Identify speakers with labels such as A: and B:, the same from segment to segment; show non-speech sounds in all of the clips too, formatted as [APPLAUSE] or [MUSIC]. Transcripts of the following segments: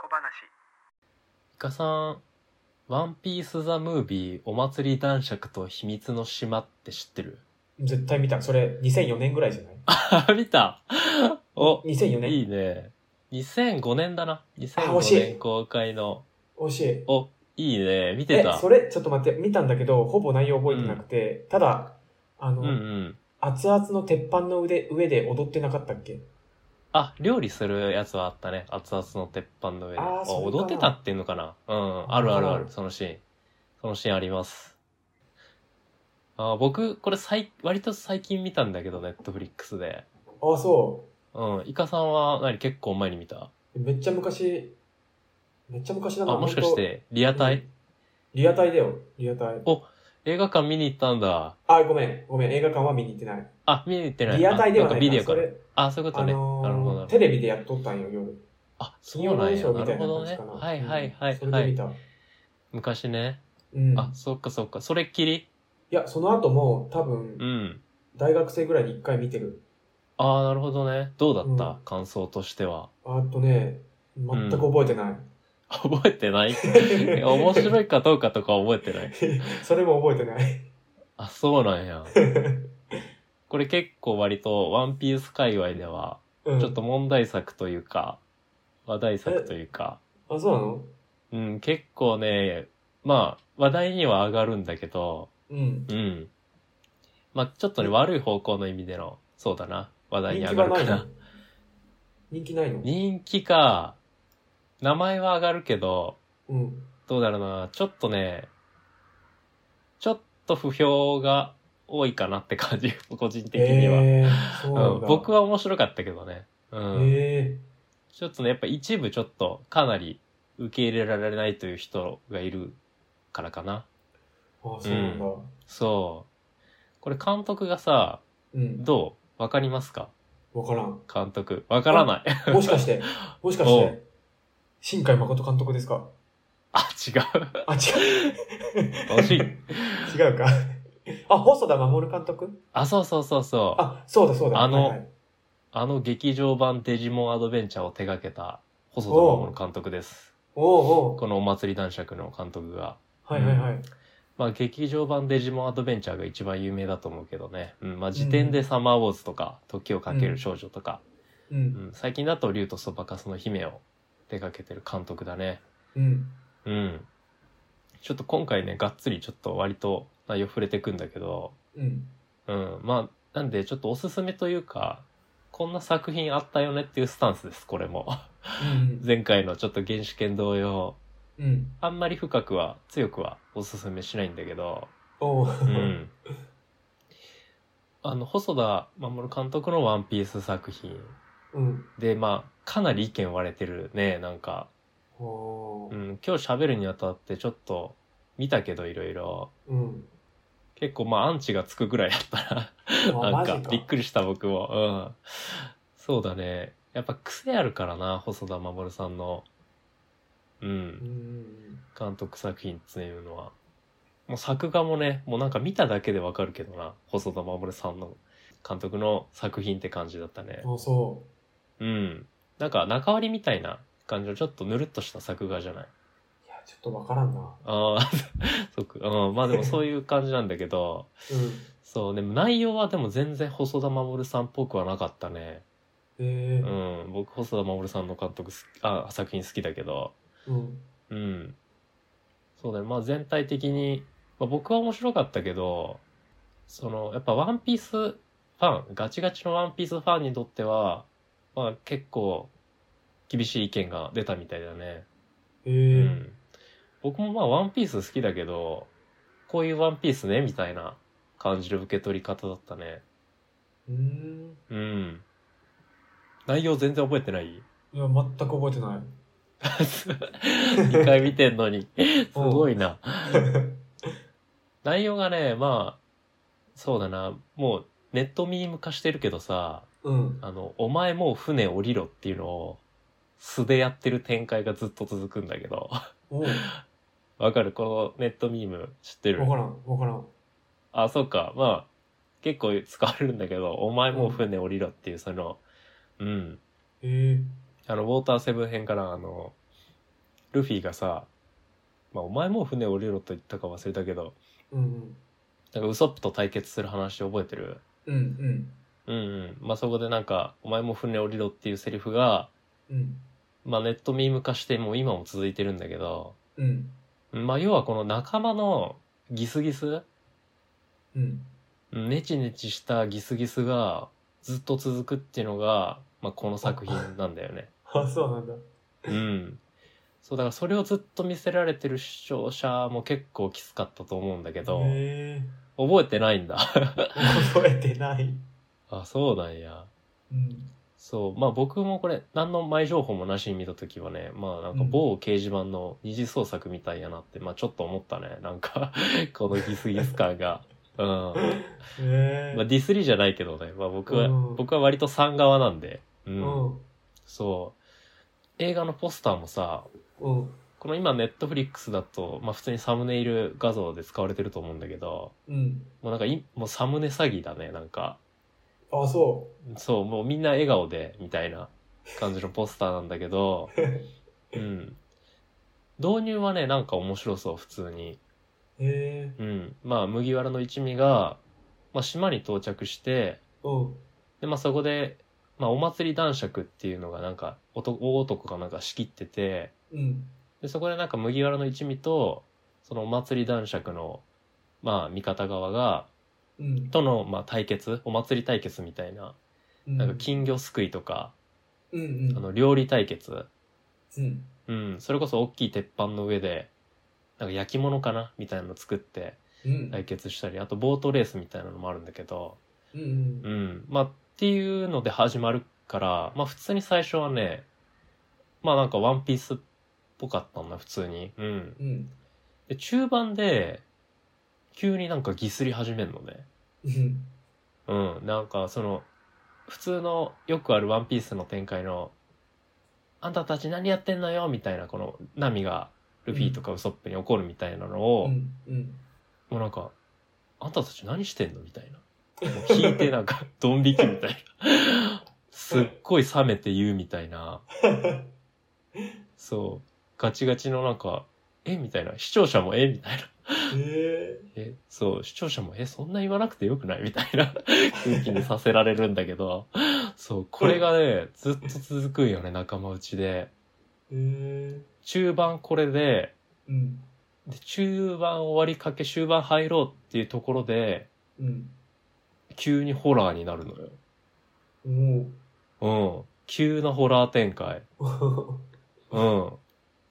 A: 小話
B: イカさん、ワンピースザムービーお祭り男爵と秘密の島って知ってる
C: 絶対見た。それ2004年ぐらいじゃない
B: あ、 [LAUGHS] 見たお、
C: ?2004 年
B: いいね。2005年だな。
C: 惜し
B: 2005
C: い
B: 年公開の。
C: 惜しい。
B: お、いいね。見て
C: え
B: た。、
C: それ、ちょっと待って、見たんだけど、ほぼ内容覚えてなくて、ただ、あの、
B: うんうん。
C: 熱々の鉄板の腕上で踊ってなかったっけ
B: あ、料理するやつはあったね。熱々の鉄板の上で。
C: あー
B: あ
C: それか
B: 踊ってたっていうのかなうん。あるあるあ
C: う
B: る。
C: ん
B: そのシーン。そのシーンあります。あー僕、これ最、割と最近見たんだけど、ネットフリックスで。
C: ああ、そ
B: うん。イカさんは何結構前に見た
C: う。めっちゃ昔、めっちゃ昔だな
B: あ、もしかし、て、リア
C: リ
B: タイ、
C: リアタイだよ、リアタイ。
B: 映画館見に行ったんだ。
C: あ、ごめん、ごめん、映画館は見に行ってない。
B: あ、見に行ってない。
C: リアタイでは
B: あ
C: なん
B: か
C: いか
B: ビ
C: ら
B: デオか
C: そ
B: ら
C: れ。
B: あ、そういうこと
C: あ
B: ね。
C: のー
B: なるほどなるほ
C: テ
B: ど。
C: レビでやっとったんよ、夜。
B: あ、そうなん
C: 金
B: や。
C: 曜ロード
B: な
C: ショ
B: る
C: ーみた
B: ほど
C: い感じ
B: ね
C: か。な
B: はいはいは
C: うん
B: い
C: それ
B: は
C: で見
B: い。
C: た。
B: 昔ね。
C: うん。
B: あ、そっかそっか。それっきり
C: いや、その後も多
B: う
C: 分、
B: ん。
C: 大学生ぐらいに一回見てる。
B: ああ、なるほどね。どうだった、
C: うん
B: 感想としては。 [LAUGHS]
C: あとね、全く覚えてない。
B: 覚えてないえ面白いかどうかとか覚えてない。
C: [LAUGHS] それも覚えてない。
B: あ、そうなん
C: [LAUGHS]
B: や。これ結構割とワンピース界隈では、
C: うん
B: ちょっと問題作というか、話題作というか、
C: あ、そうなの
B: うん、結構ね、まあ、話題には上がるんだけど、
C: うん。
B: うん。まあ、ちょっとね、
C: うん
B: 悪い方向の意味での、そうだな、話題に
C: 人
B: 上が
C: 気が
B: る
C: な
B: か
C: い
B: な
C: の。人気ないの
B: 人気か、名前は上がるけど、
C: うん。
B: どうだろうな、ちょっとね、ちょっと不評が多いかなって感じ、個人的には。
C: えー、そうな
B: うんん、
C: だ。
B: 僕は面白かったけどね。うん。
C: え
B: ちょっとね、やっぱ一部ちょっとかなり受け入れられないという人がいるからかな。
C: ー、あ、そうなんだ。
B: そう。これ監督がさ、
C: うん。
B: どうわかりますか
C: わからん。
B: 監督。わからない。
C: もしかして、もしかし
B: お
C: て、新海誠監督ですか
B: [LAUGHS] あ、違う。
C: あ、違う。
B: 惜しい。
C: [LAUGHS] 違うか。あ、細田守監督
B: あ、そうそうそうそう。
C: あ、そうだそうだ。
B: あの
C: はいはい
B: あの劇場版デジモンアドベンチャーを手掛けた細田守監督です。
C: おうおう
B: このお祭り男爵の監督が。
C: はいはいはい。
B: まあ劇場版デジモンアドベンチャーが一番有名だと思うけどね。うん。まあ時点でサマーウォーズとか、時をかける少女とか、
C: う。
B: うんん。最近だと竜とそばかすの姫を手掛けてる監督だね。
C: うん。
B: うん。ちょっと今回ね、がっつりちょっと割と内容触れてくんだけど、
C: うん。
B: うん。まあ、なんでちょっとおすすめというか、こんな作品あったよねっていうスタンスです、これも。 [LAUGHS]
C: うん。
B: 前回のちょっと原始圏同様、
C: うん。
B: あんまり深くは、強くはおすすめしないんだけど、
C: おう。
B: うん。あの、細田守監督のワンピース作品
C: うん。
B: で、まあ、かなり意見割れてるね、なんか。
C: お
B: う
C: ー
B: ん、今日喋るにあたってちょっと見たけどいろいろ。
C: うん。
B: 結構まあアンチがつくぐらいだったな。な
C: あ、
B: ん
C: マジ
B: か
C: か。
B: びっくりした僕も。うん。そうだね。やっぱ癖あるからな、細田守さんの。う。
C: うんん。
B: 監督作品っていうのは。もう作画もね、もうなんか見ただけでわかるけどな、細田守さんの監督の作品って感じだったね。
C: あ、そ。
B: うん。なんか中割りみたいな感じのちょっとぬるっとした作画じゃないう
C: いや、ちょっとわからんな。
B: ああ、 [LAUGHS] そっか。うん。まあでもそういう感じなんだけど、
C: うん。
B: そう、でも内容はでも全然細田守さんっぽくはなかったね。
C: え
B: う
C: ー。
B: ん。僕、細田守さんの監督す、あ、作品好きだけど、
C: うん。
B: うん。そうだね。まあ全体的に、まあ僕は面白かったけど、その、やっぱワンピースファン、ガチガチのワンピースファンにとっては、まあ結構厳しい意見が出たみたいだね。
C: え
B: う
C: ー。
B: ん僕もまあワンピース好きだけど、こういうワンピースね、みたいな感じの受け取り方だったね。
C: うーん。
B: うん。内容全然覚えてない [LAUGHS]
C: いや、全く覚えてない。
B: 一回見てんのに。すごいな。内容がね、まあ、そうだな、もうネットミーム化してるけどさ、
C: うん。
B: あの、お前もう船降りろっていうのを素でやってる展開がずっと続くんだけど。
C: おう。
B: わかるこのネットミーム知ってる
C: わからん、わからん。
B: あ、そうか。まあ、結構使われるんだけど、お前もう船降りろっていう、その、うん。
C: ええ
B: あの、ウォーターセブン編から、あの、ルフィがさ、まあ、お前もう船降りろと言ったか忘れたけど、
C: うん
B: なんかウソップと対決する話覚えてる
C: うん。う
B: う
C: ん
B: んうん。まあ、そこでなんか、お前も船降りろっていうセリフが、
C: うん。うん。
B: まあ、ネットミーム化してもう今も続いてるんだけど、
C: うん。
B: まあ、要はこの仲間のギスギス、
C: うん。
B: ネチネチしたギスギスがずっと続くっていうのが、まあ、この作品なんだよね。
C: あ、そうなんだ。
B: うん。そう、だからそれをずっと見せられてる視聴者も結構きつかったと思うんだけど、
C: へ
B: 覚えてないんだ。 [LAUGHS]
C: え。覚えてない。
B: あ、そうなんや。
C: うん。
B: そう、まあ僕もこれ、何の前情報もなしに見たときはね、まあなんか某掲示板の二次創作みたいやなって、まあちょっと思ったね。なんか、 [LAUGHS] このギスギス感が。うん。
C: へえ。
B: まあディスリじゃないけどね、まあ僕は、
C: うん
B: 僕は割と3側なんで、うん。
C: うん。
B: そう。映画のポスターもさ、
C: うん。
B: この今ネットフリックスだと、まあ普通にサムネイル画像で使われてると思うんだけど、
C: うん。
B: もうなんかい、もうサムネ詐欺だね、なんか。
C: あ、そ
B: そう、もうみんな笑顔で、みたいな感じのポスターなんだけど、うん。導入はね、なんか面白そう、普通に。
C: う。へえ。
B: うん。まあ麦わらの一味が、まあ島に到着して、
C: うん。
B: で、まあそこで、まあお祭り男爵っていうのがなんか、男大男がなんか仕切ってて、
C: うん。
B: で、そこでなんか麦わらの一味と、そのお祭り男爵の、まあ、味方側が、
C: うん。
B: との、まあ、対決、お祭り対決みたいな、
C: な
B: なんか、金魚すくいとか、
C: うんうん。
B: あの、料理対決、
C: うん。
B: うん、それこそ大きい鉄板の上で、なんか焼き物かなみたいなの作って
C: うん。
B: 対決したり、あとボートレースみたいなのもあるんだけど、
C: うん
B: う
C: うん。
B: ん、まあ、っていうので始まるから、まあ、普通に最初はね、まあ、なんかワンピースっぽかったんだ、普通に。うん。
C: うん。
B: で、中盤で、急になんかギスり始めるのね。
C: うん。
B: うん。なんか、その、普通のよくあるワンピースの展開の、あんたたち何やってんのよみたいな、この、ナミが、ルフィとかウソップに怒るみたいなのを、
C: うん。うん。
B: もうなんか、あんたたち何してんのみたいな。もう聞いてなん
C: [LAUGHS]
B: か、ドン引きみたいな。すっごい冷めて言うみたい
C: [LAUGHS]
B: な。そう。ガチガチのなんか、えみたいな。視聴者もえみたいな。
C: へ
B: え、そう、視聴者も、え、そんな言わなくてよくないみたいな空気にさせられるんだけど、そう、これがね、ずっと続くんよね、仲間内で。
C: え。へえ。
B: 中盤これで、
C: うん。
B: で中盤終わりかけ終盤入ろうっていうところで、
C: うん。
B: 急にホラーになるのよ。
C: お
B: うん。急なホラー展開。
C: お。
B: うん。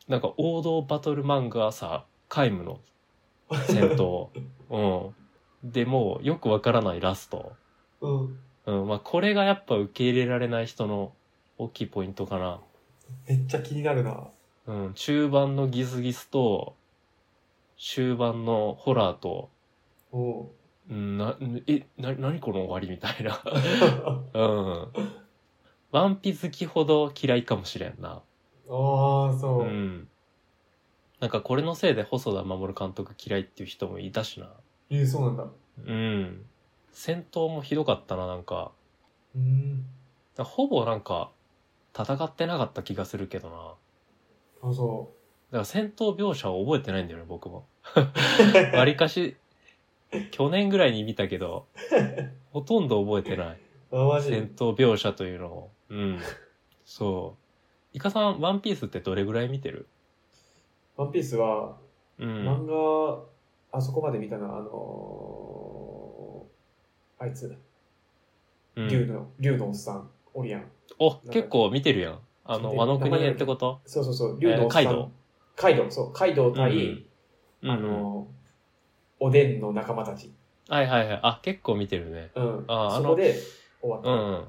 B: なんか王道バトル漫画さ、皆無の [LAUGHS] 戦闘。うん。で、もうよくわからないラスト。
C: [LAUGHS] うん。
B: うん、まあこれがやっぱ受け入れられない人の大きいポイントかな。
C: めっちゃ気になるな。
B: うん、中盤のギスギスと、終盤のホラーと、
C: お [LAUGHS] お。
B: うんな、え、な、なにこの終わりみたいな。 [LAUGHS] うん。ワンピ好きほど嫌いかもしれんな。
C: ああ、
B: う
C: そう。
B: ん。なんかこれのせいで細田守監督嫌いっていう人もいたしな。
C: ええ、そうなんだ。
B: うん。戦闘もひどかったな、なんか。
C: うん。
B: ほぼなんか、戦ってなかった気がするけどな。
C: あ、そ
B: だから戦闘描写を覚えてないんだよね、僕
C: [LAUGHS]
B: も。
C: う。
B: わりかし、去年ぐらいに見たけど、ほとんど覚えてない。
C: あ、マジ。
B: 戦闘描写というのを。うん。そう。イカさん、ワンピースってどれぐらい見てる
C: ワンピースは、
B: うん。
C: 漫画、あそこまで見たな、あのー、あいつ、
B: う
C: 竜
B: ん、
C: の、竜のおっさん、オリアン。
B: お、結構見てるやん。あ
C: そう
B: の、
C: ね
B: 和の国へってこと
C: そうそうそう、竜のおっさん。
B: えーカイドウ。
C: カイドウ、そう、カイドウ対、
B: うんうん、
C: あのー、おでんの仲間たち。
B: はいはいはい。あ、結構見てるね。
C: うん。
B: あーあの
C: そこで終わっ
B: う
C: た。
B: ん、うん。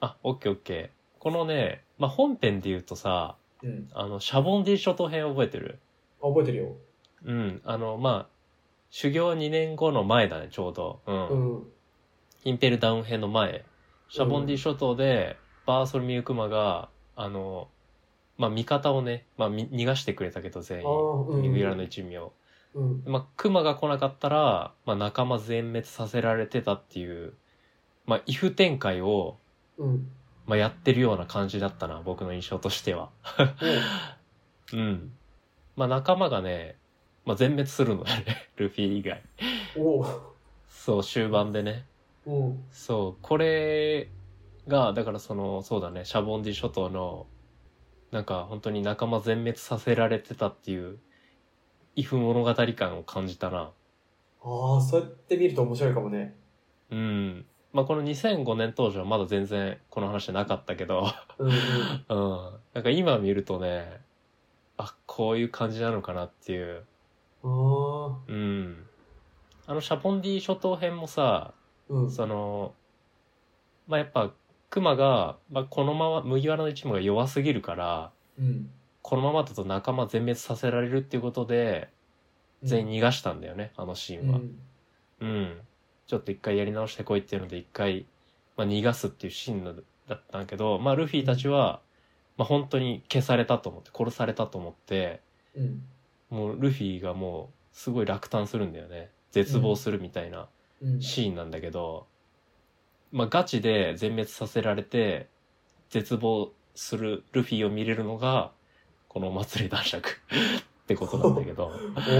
B: あ、オッケーオッケー。このね、まあ、本編で言うとさ、
C: うん。
B: あの、シャボンディ諸島編覚えてる
C: あ覚えてるよ。
B: うん、あの、まあ、修行2年後の前だね、ちょうど。うん。
C: うん。
B: インペルダウン編の前。シャボンディ諸島で、バーソルミュークマが、あの、まあ、味方をね、まあ、み逃がしてくれたけど、全
C: あ
B: 員。
C: ーうん。
B: 麦わらの一味を。
C: うん。
B: まあ、クマが来なかったら、まあ、仲間全滅させられてたっていう、まあ、イフ展開を、
C: うん。
B: まあ、やってるような感じだったな、僕の印象としては。
C: うん
B: うん。まあ仲間がね、まあ全滅するのね、 [LAUGHS] ルフィ以外。
C: お
B: そう、終盤でね。
C: お、うん。
B: そう、これが、だからその、そうだね、シャボンディ諸島の、なんか本当に仲間全滅させられてたっていう、イフ物語感を感じたな。
C: ああ、そうやって見ると面白いかもね。
B: うん。まあこの2005年当時はまだ全然この話なかったけど、 [LAUGHS]
C: うんうん。
B: うん。なんか今見るとね、あ、こういう感じなのかなっていう。
C: ああ、
B: うん。あの、シャボンディ諸島編もさ、
C: うん。
B: その、まあ、やっぱ、熊が、まあ、このまま、麦わらの一部が弱すぎるから、
C: うん。
B: このままだと仲間全滅させられるっていうことで、全員逃がしたんだよね、あのシーン
C: う
B: は。
C: ん。
B: うん。ちょっと一回やり直してこいっていうので、一回、まあ、逃がすっていうシーンのだったんだけど、まあ、ルフィたちは、まあ、本当に消されたと思って、殺されたと思って、
C: うん。
B: もうルフィがもう、すごい落胆するんだよね。絶望するみたいな。
C: うん。
B: シーンなんだけど、まあ、ガチで全滅させられて絶望するルフィを見れるのがこのお祭り男爵 [LAUGHS] ってことなんだけど、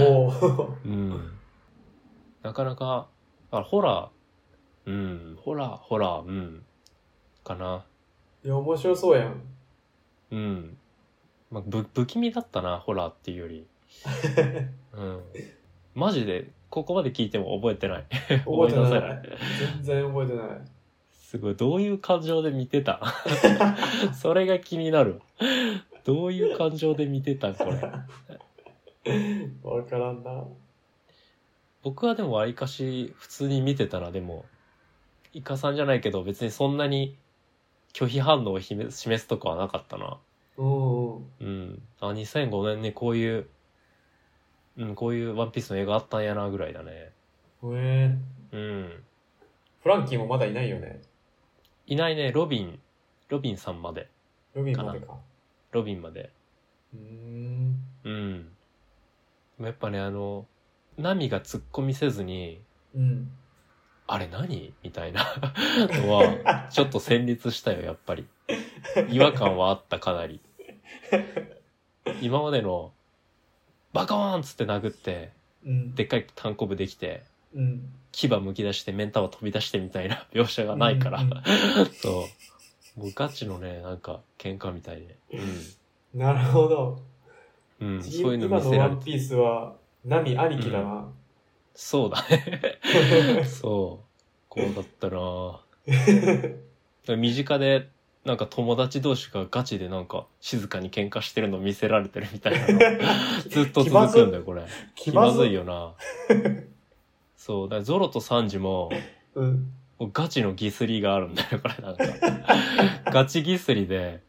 C: お [LAUGHS] お。
B: うん、なかなかあホラーうんホラーホラーうんかない
C: や、面白そうや
B: [LAUGHS]
C: ん。
B: うん、まあ、ぶ不気味だったなホラーっていうより、うん、マジでここまで聞いても覚えてない [LAUGHS]
C: 覚
B: 思
C: え
B: い
C: て
B: 出せ
C: な
B: ない
C: い。全然覚えてない。
B: すごいどういう感情で見てたそれが気になるわ。どういう感情で見てたこれ。
C: [LAUGHS] わからんな。
B: 僕はでもわりかし普通に見てたらでも、イカさんじゃないけど別にそんなに拒否反応を示す示すとかはなかったな。
C: うんうん。
B: うん。あ、2005年にこういう、うん、こういうワンピースの映画あったんやなぐらいだね。
C: え
B: うん。
C: フランキーもまだいないよね。
B: いないね、ロビン、ロビンさんまで。
C: ロビンまでか。
B: ロビンまで。
C: うーん。
B: うん。でもやっぱね、あの、ナミが突っ込みせずに、
C: うん。
B: あれ何みたいなのは、ちょっと戦慄したよ、やっぱり。違和感はあった、かなり。今までの、バカワーンっつって殴って、
C: う
B: [LAUGHS]
C: ん。
B: でっかい単行部できて、
C: うん。
B: 牙むき出して、メンタは飛び出してみたいな描写がないから
C: うん。
B: そう。もうガチのね、なんか、喧嘩みたいで。
C: なるほど。
B: うん。うん、
C: 次
B: そういうの
C: 今
B: 見
C: の
B: せら
C: ワ
B: れ
C: ン
B: て。
C: ピースは、ナミ兄貴だな。
B: そうだね。
C: [LAUGHS]
B: そう。こうだったなぁ。だから身近でなんか友達同士がガチでなんか静かに喧嘩してるの見せられてるみたいなの [LAUGHS] ずっと続くんだよこれ気まずいよ
C: よ。
B: なそうだからゾロとサンジも
C: うん。
B: もうガチのギスリがあるんだよこれ [LAUGHS] なんかガチギスリで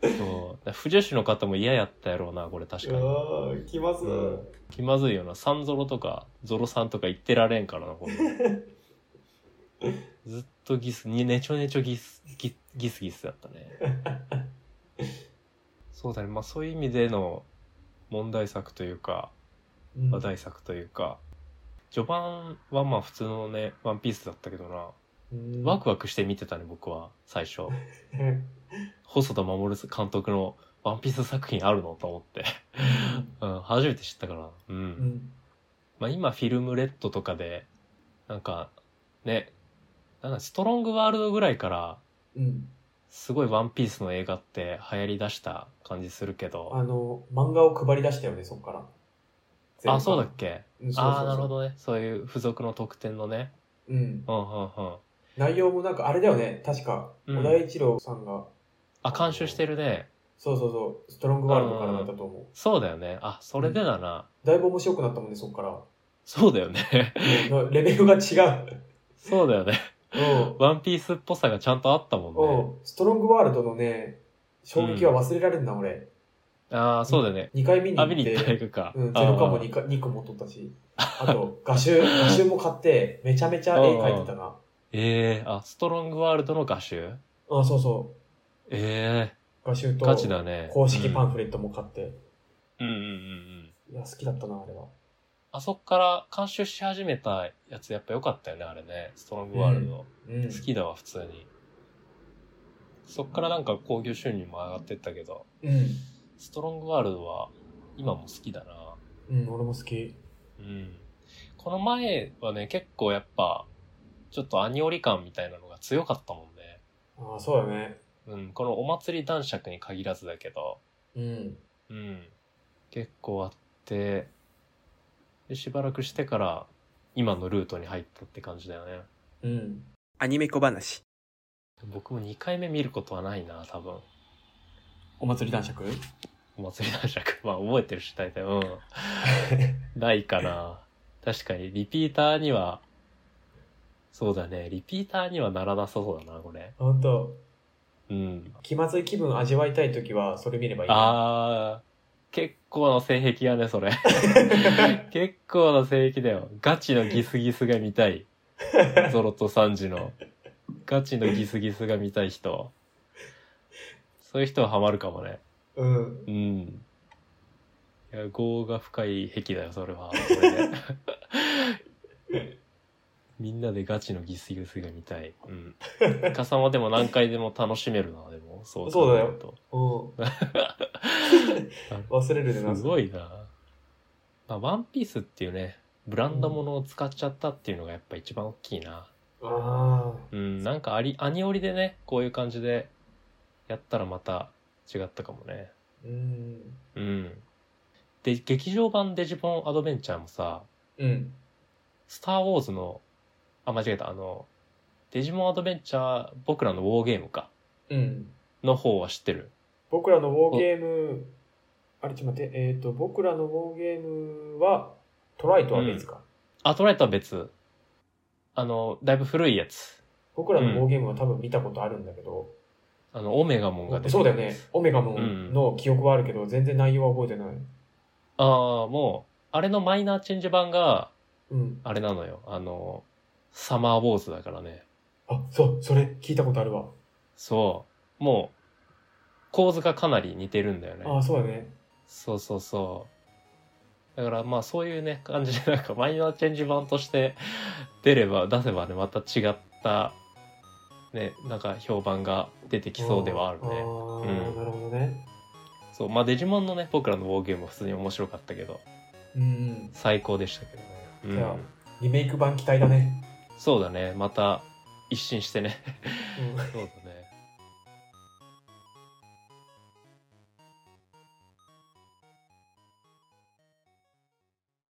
B: そうだから不女子の方も嫌やったやろうなこれ確か
C: う
B: に
C: わー気まずい。
B: うん気まずいよなサンゾロとかゾロさんとか言ってられんからなこれずっとギスにねちょねちょギスギギスギスだったねそうだね、まあそういう意味での問題作というか、
C: うん
B: 話題作というか、序盤はまあ普通のね、ワンピースだったけどな、
C: うん
B: ワクワクして見てたね、僕は、最初。
C: うん
B: 細田守監督のワンピース作品あるのと思って。うん、初めて知ったから。うん。
C: うん。
B: まあ今、フィルムレッドとかで、なんか、ね、なんかストロングワールドぐらいから、
C: うん。
B: すごいワンピースの映画って流行り出した感じするけ
C: あ
B: ど、
C: の、漫画を配り出したよね、そっから。
B: あ、そうだっ
C: け
B: けあ
C: あ
B: あ
C: あ、
B: ーな
C: な
B: るほ
C: るほど。
B: どねそういう付属の特典のね
C: うん。
B: うんうんうん
C: 内容もなんか、あれだよね、確か、
B: うん
C: 小田一郎さんが、
B: あ監修してるね
C: そうそうそう、ストロングワールドからだったと思う。
B: そうだよねあそれでだな、
C: だいぶ面白くなったもんね、そっから。
B: そうだよね [LAUGHS]
C: うん [LAUGHS] レベルが違う。
B: そうだよね
C: うん。
B: ワンピースっぽさがちゃんとあったもんね
C: うん。ストロングワールドのね、衝撃は忘れられんな、俺。
B: ああそうだよね
C: 2回見に
B: あ
C: 行
B: 見に行っ
C: った
B: 映
C: て、
B: 画か、
C: うん、ゼロカも
B: あー
C: 2, 回2個も取ったし、あと、画
B: [LAUGHS]
C: 集、画集も買って、めちゃめちゃ絵描いてたな。
B: ええあストロングワールドの画集
C: あ、そうそ
B: ええ
C: う。画集と、
B: ガチだね
C: 公式パンフレットも買って。
B: うんうんうんうん
C: いや、好きだったな、あれは。
B: あそっから監修し始めたやつやっぱ良かったよねあれねストロングワールド、
C: うん。
B: 好きだわ普通にそっからなんか興行収入も上がってったけど
C: うん。
B: ストロングワールドは今も好きだな。
C: うん、俺も好き。
B: うん。この前はね、結構やっぱ、ちょっとアニオリ感みたいなのが強かったもんね。
C: ああ、そうだね。
B: うん。このお祭り男爵に限らずだけど、
C: うん。
B: うん。結構あって、でしばらくしてから、今のルートに入ったって感じだよね。
C: うん。
A: アニメ小話。
B: 僕も2回目見ることはないな、多分。
C: お祭り男 [LAUGHS] 爵
B: お祭り男爵。 [LAUGHS] まあ、覚えてるし、大体。うん。ないかな。確かに、リピーターには、そうだね。リピーターにはならなさそうだな、これ。
C: ほんと、
B: うん。
C: 気まずい気分味わいたいときは、それ見ればいい。
B: あー、結構な性癖やね、そ
C: [LAUGHS]
B: れ。結構な性癖だよ。ガチのギスギスが見たい。ゾロとサンジの。ガチのギスギスが見たい人。そういう人はハマるかもね。
C: うん。
B: うん。いや、業が深い癖だよ、それは。これでみんなでガチのギスギスが見たい。うん。
C: [LAUGHS]
B: イカ様でも何回でも楽しめるな、でも。そ
C: そうだよ
B: 考えると
C: [LAUGHS] うん。忘れるでな。
B: すごいな。まあ、ワンピースっていうね、ブランドものを使っちゃったっていうのがやっぱ一番大きいな。
C: あ
B: うん、なんかあり、アニオリでね、こういう感じでやったらまた違ったかもね。
C: あ。うん。
B: うん。で、劇場版デジポンアドベンチャーもさ、
C: うん。
B: スターウォーズの、あ、間違えた、あの、デジモンアドベンチャー、僕らのウォーゲームか、
C: うん。
B: の方は知ってる。
C: 僕らのウォーゲーム、あれちょっと待って、えっ、と、僕らのウォーゲームは、トライとは別か。
B: あ、トライとは別。あの、だいぶ古いやつ。
C: 僕らのウォーゲームは多分見たことあるんだけど、
B: あの、オメガモンが出て
C: そう
B: る
C: だ
B: や
C: よ
B: つ
C: ね。。オメガモンの記憶はあるけど、全然内容は覚えてない。
B: ああ、もう、あれのマイナーチェンジ版が、
C: うん。
B: あれなのよ。あの、サマーウォーズだからね。
C: あ、そう、それ、聞いたことあるわ。
B: そう。もう、構図がかなり似てるんだよね。
C: ああ、そうだね。
B: そうそうそう。だからまあそういうね、感じでなんかマイナーチェンジ版として出れば、出せばね、また違った、ね、なんか評判が出てきそうではある
C: あ
B: ね。
C: ー
B: うん
C: なるほどね。
B: そう、まあデジモンのね、僕らのウォーゲームも普通に面白かったけど、
C: うん。
B: 最高でしたけどね。うん
C: じゃあリメイク版期待だね。
B: そうだね、また一新してね。
C: うん
B: そうだね。